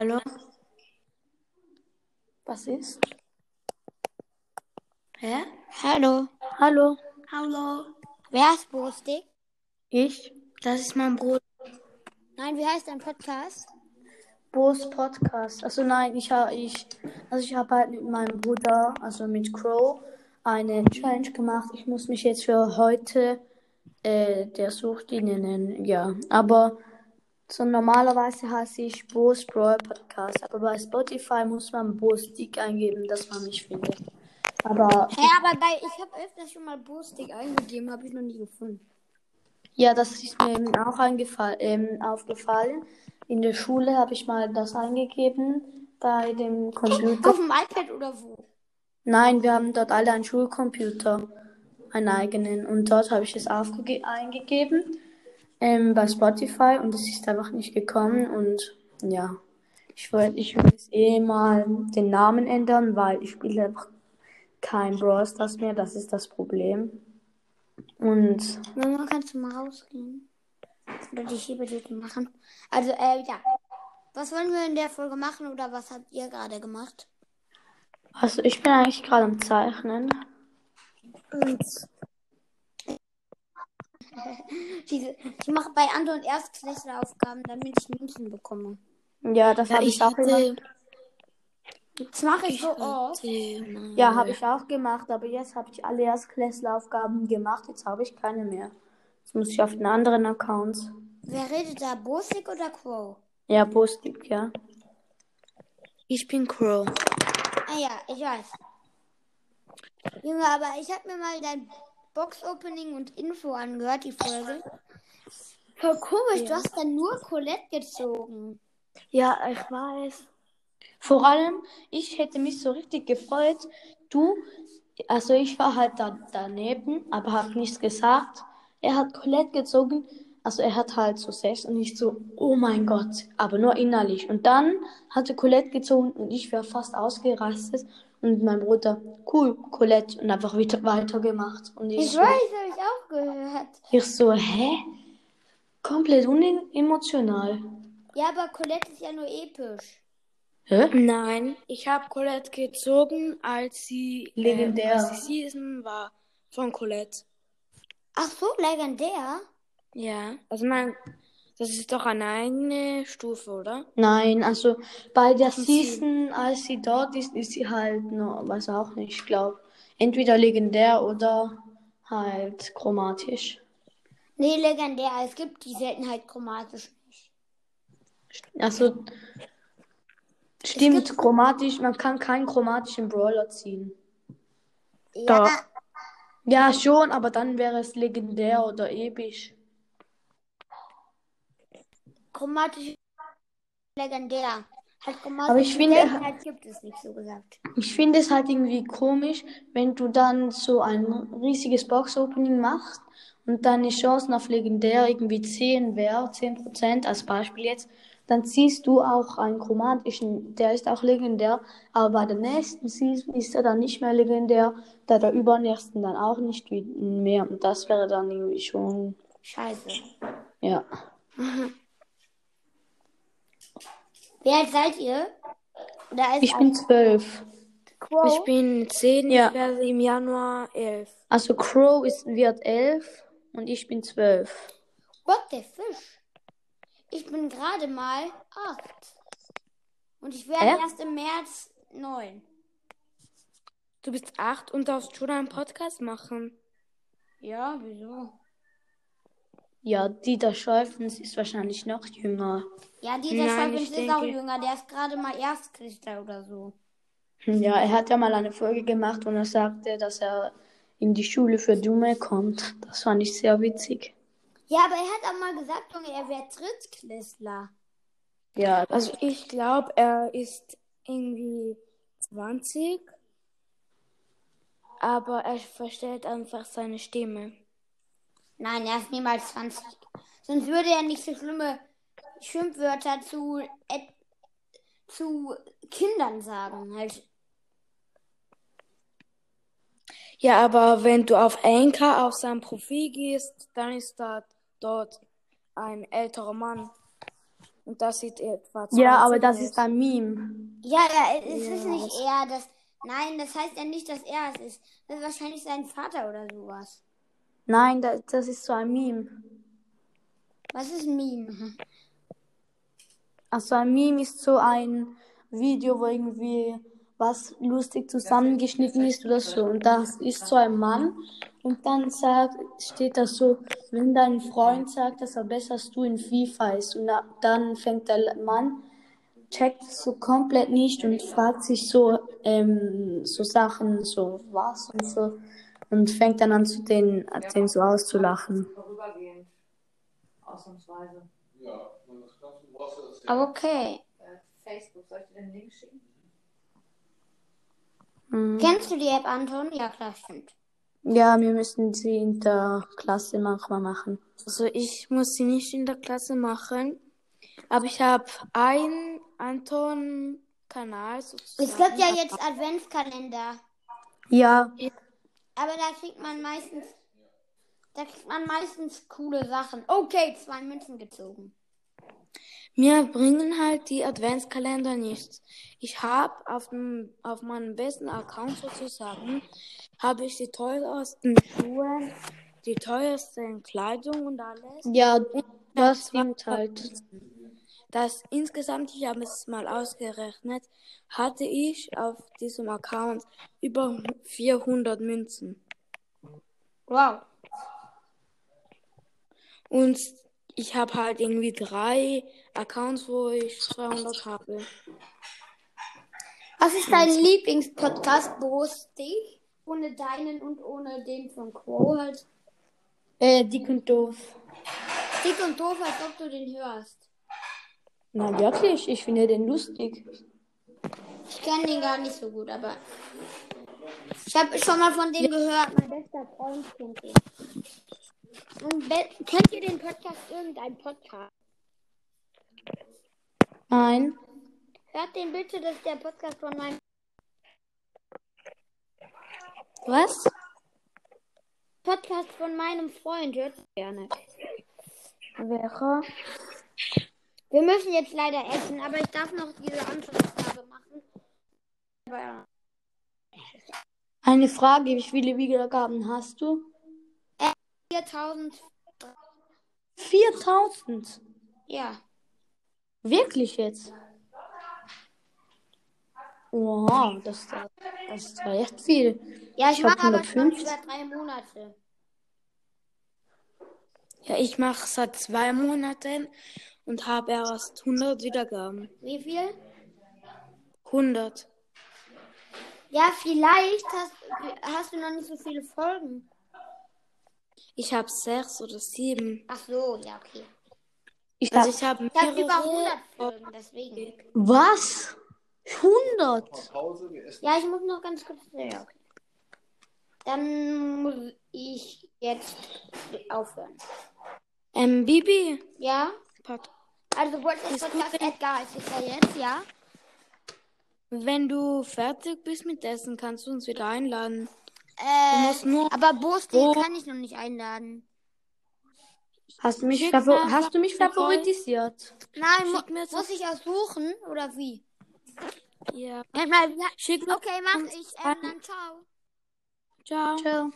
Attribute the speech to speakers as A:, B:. A: Hallo?
B: Was ist?
A: Hä?
C: Hallo,
B: Hallo.
A: Hallo?
C: wer ist Boris Dick?
B: Ich?
A: Das ist mein Bruder.
C: Nein, wie heißt dein Podcast?
B: Bo's Podcast. Also nein, ich habe ich, also ich habe halt mit meinem Bruder, also mit Crow, eine Challenge gemacht. Ich muss mich jetzt für heute äh, der Sucht nennen, ja. Aber so normalerweise heiße ich Bo's Brawl Podcast, aber bei Spotify muss man Bo's Dick eingeben, dass man mich findet. Aber
C: Hä, aber bei, ich habe öfters schon mal Boris Dick eingegeben, habe ich noch nie gefunden.
B: Ja, das ist mir eben auch eingefall, ähm, aufgefallen. In der Schule habe ich mal das eingegeben bei dem Computer.
C: Auf dem iPad oder wo?
B: Nein, wir haben dort alle einen Schulcomputer, einen eigenen. Und dort habe ich es aufgege- eingegeben ähm, bei Spotify und es ist einfach nicht gekommen. Und ja, ich wollte, ich will jetzt eh mal den Namen ändern, weil ich spiele einfach kein Brawl Stars mehr. Das ist das Problem. Und
C: Mama, kannst du mal rausgehen? Oder die Schiebedüten machen? Also, äh, ja. Was wollen wir in der Folge machen oder was habt ihr gerade gemacht?
B: also ich bin eigentlich gerade am Zeichnen.
C: Diese, ich mache bei Andre und Erstklässler Aufgaben, damit ich Münzen bekomme.
B: Ja, das habe ich, auch gemacht.
C: Das mache ich so oft.
B: Ja, habe ich auch gemacht, aber jetzt habe ich alle Erstklässleraufgaben gemacht. Jetzt habe ich keine mehr. Jetzt muss ich auf den anderen Account.
C: Wer redet da? Bosik oder Quo?
B: Ja, Postig, ja.
A: Ich bin Crow.
C: Ah ja, ich weiß. Junge, aber ich habe mir mal dein Box-Opening und Info angehört, die Folge. Voll komisch, du hast dann nur Colette gezogen.
A: Ja, ich weiß.
B: Vor allem, ich hätte mich so richtig gefreut. Du, also ich war halt da, daneben, aber habe nichts gesagt. Er hat Colette gezogen, also er hat halt so sechs und ich so, oh mein Gott, aber nur innerlich. Und dann hatte Colette gezogen und ich wäre fast ausgerastet und mein Bruder, cool, Colette und einfach wieder weitergemacht. Und ich,
C: Ich
B: so-
C: weiß, habe ich auch gehört.
B: ich so, hä? Komplett unemotional.
C: Ja, aber Colette ist ja nur episch.
B: Hä?
A: Nein, ich habe Colette gezogen, als sie
B: Legendär.
A: Ähm, als die Season war von Colette.
C: Ach so, legendär.
A: Ja. Also mein, das ist doch eine eigene Stufe, oder?
B: Nein, also bei der Season, als sie dort ist, ist sie halt noch, weiß auch nicht, ich glaube, entweder legendär oder halt chromatisch.
C: Nee, legendär. Es gibt die Seltenheit chromatisch nicht.
B: Also stimmt, chromatisch, man kann keinen chromatischen Brawler ziehen.
C: Ja,
A: Doch.
B: Ja, schon, aber dann wäre es legendär oder episch.
C: chromatisch legendär. Halt chromatisch
B: Aber ich finde-
C: Seltenheit gibt es nicht, so gesagt.
B: Ich finde es halt irgendwie komisch, wenn du dann so ein riesiges Box-Opening machst und deine Chancen auf legendär irgendwie 10 wäre, 10% als Beispiel jetzt, dann ziehst du auch einen chromatischen, der ist auch legendär, aber bei der nächsten Season ist er dann nicht mehr legendär, da der übernächsten dann auch nicht wie- mehr und das wäre dann irgendwie schon,
C: Scheiße.
B: ja.
C: Wer alt seid ihr? Da ist
B: Ich
C: ein
B: bin 12.
C: Quo.
A: Ich bin 10,
B: Ja.
A: ich werde im Januar 11.
B: Also Crow ist, wird 11 und ich bin 12.
C: What the Fisch. Ich bin gerade mal acht. Und ich werde
B: Hä?
C: erst im März neun.
A: Du bist 8 und darfst schon einen Podcast machen.
C: Ja, wieso?
B: Ja, Dieter Schäufens ist wahrscheinlich noch jünger.
C: Ja, dieser
A: Nein,
C: Schreibwind
A: ich
C: ist auch
A: denke-
C: jünger. Der ist gerade mal Erstklässler oder so.
B: Hm. Ja, er hat ja mal eine Folge gemacht und er sagte, dass er in die Schule für Dumme kommt. Das fand ich sehr witzig.
C: Ja, aber er hat auch mal gesagt, Junge, er wäre Drittklässler.
B: Ja,
A: Also ich glaube, er ist irgendwie 20, aber er verstellt einfach seine Stimme.
C: Nein, er ist niemals 20. Sonst würde er nicht so schlimme Schimpfwörter zu, et- zu Kindern sagen. Halt.
A: Ja, aber wenn du auf Anchor auf sein Profil gehst, dann ist da dort ein älterer Mann. Und Und das sieht etwa
B: Ja, aber
A: 20
B: das
A: aus.
B: ist ein Meme.
C: Ja, ja, es ist
A: Ja,
C: nicht
A: das-
C: er, das. Nein, das heißt ja nicht, dass er es ist. Das ist wahrscheinlich sein Vater oder sowas.
B: Nein, das, das ist so ein Meme.
C: Was ist ein Meme?
B: Also ein Meme ist so ein Video, wo irgendwie was lustig zusammengeschnitten ist oder so. Und das ist so ein Mann. Und dann sagt, steht da so, wenn dein Freund sagt, dass er besser als du in FIFA ist. Und na- dann fängt der Mann, checkt es so komplett nicht und fragt sich so, ähm, so Sachen, so was und so. Und fängt dann an, zu den, den so auszulachen.
D: Vorübergehend. Ausnahmsweise.
C: Okay.
D: Äh, Facebook, soll ich dir den Link schicken?
B: Mhm.
C: Kennst du die App, Anton? Ja, klar, stimmt.
B: Ja, wir müssen sie in der Klasse manchmal machen.
A: Also ich muss sie nicht in der Klasse machen, aber ich habe einen Anton-Kanal sozusagen.
C: Es gibt ja jetzt Adventskalender.
B: Ja,
C: Aber da kriegt man meistens. Da kriegt man meistens coole Sachen. Okay, zwei Münzen gezogen.
A: Mir bringen halt die Adventskalender nichts. Ich habe auf, dem- auf meinem besten Account sozusagen, habe ich die teuersten Schuhe, die teuersten Kleidung und alles.
B: ja, das stimmt halt.
A: Das insgesamt, ich habe es mal ausgerechnet, hatte ich auf diesem Account über 400 Münzen.
C: Wow.
A: Und ich habe halt irgendwie drei Accounts, wo ich 200 habe.
C: Was ist dein Lieblingspodcast, Boris Dich? Ohne deinen und ohne den von Quo halt.
B: Äh, dick und doof.
C: Dick und doof, als ob du den hörst.
B: Na wirklich, ich finde den lustig.
C: Ich kenne den gar nicht so gut, aber ich habe schon mal von dem gehört. Mein bester Freund kennt den. Und be kennt ihr den Podcast? Irgendein Podcast.
B: Nein.
C: Hört den bitte, das ist der Podcast von meinem.
B: Was?
C: Podcast von meinem Freund. Hört gerne.
A: Wäre?
C: Wir müssen jetzt leider essen, aber ich darf noch diese Anschlussfrage machen. Aber,
B: Eine Frage, wie viele Wiedergaben hast du?
C: äh, 4000.
B: 4000.
C: Ja.
B: Wirklich jetzt? Wow, das, das ist ja echt viel.
C: Ja, ich,
B: Ich hab
C: mache aber schon
B: 150.
C: über drei Monate.
A: Ja, ich mache seit zwei Monaten und habe erst 100 Wiedergaben.
C: Wie viel?
A: 100.
C: Ja, vielleicht hast, hast du noch nicht so viele Folgen.
A: Ich habe sechs oder sieben.
C: Ach so, ja, okay.
B: Ich
A: Also
B: dachte,
A: ich habe
C: Ich habe über
A: mehrere.
C: 100 Folgen, deswegen.
B: was? 100?
E: Pause, wir essen.
C: Ja, ich muss noch ganz kurz. Ja, okay. Dann muss ich jetzt aufhören.
A: Ähm, Bibi,
C: Ja?
A: Pat-
C: Also, Podcast Edgar ist es ja jetzt, ja?
A: wenn du fertig bist mit Essen, kannst du uns wieder einladen. Du
C: Äh,
A: musst nur Oh.
C: aber Boos,
A: Bo-
C: den kann ich noch nicht einladen.
B: Hast du mich,
A: Schick
B: favor
A: mal-
B: hast du mich favorisiert?
C: Nein, mu
A: Schick mir so-
C: muss ich aussuchen oder wie?
A: ja.
C: Manchmal- ja,
A: Schick mir.
C: Okay, mach ich. Ähm, dann ciao.
A: Ciao.
B: Ciao.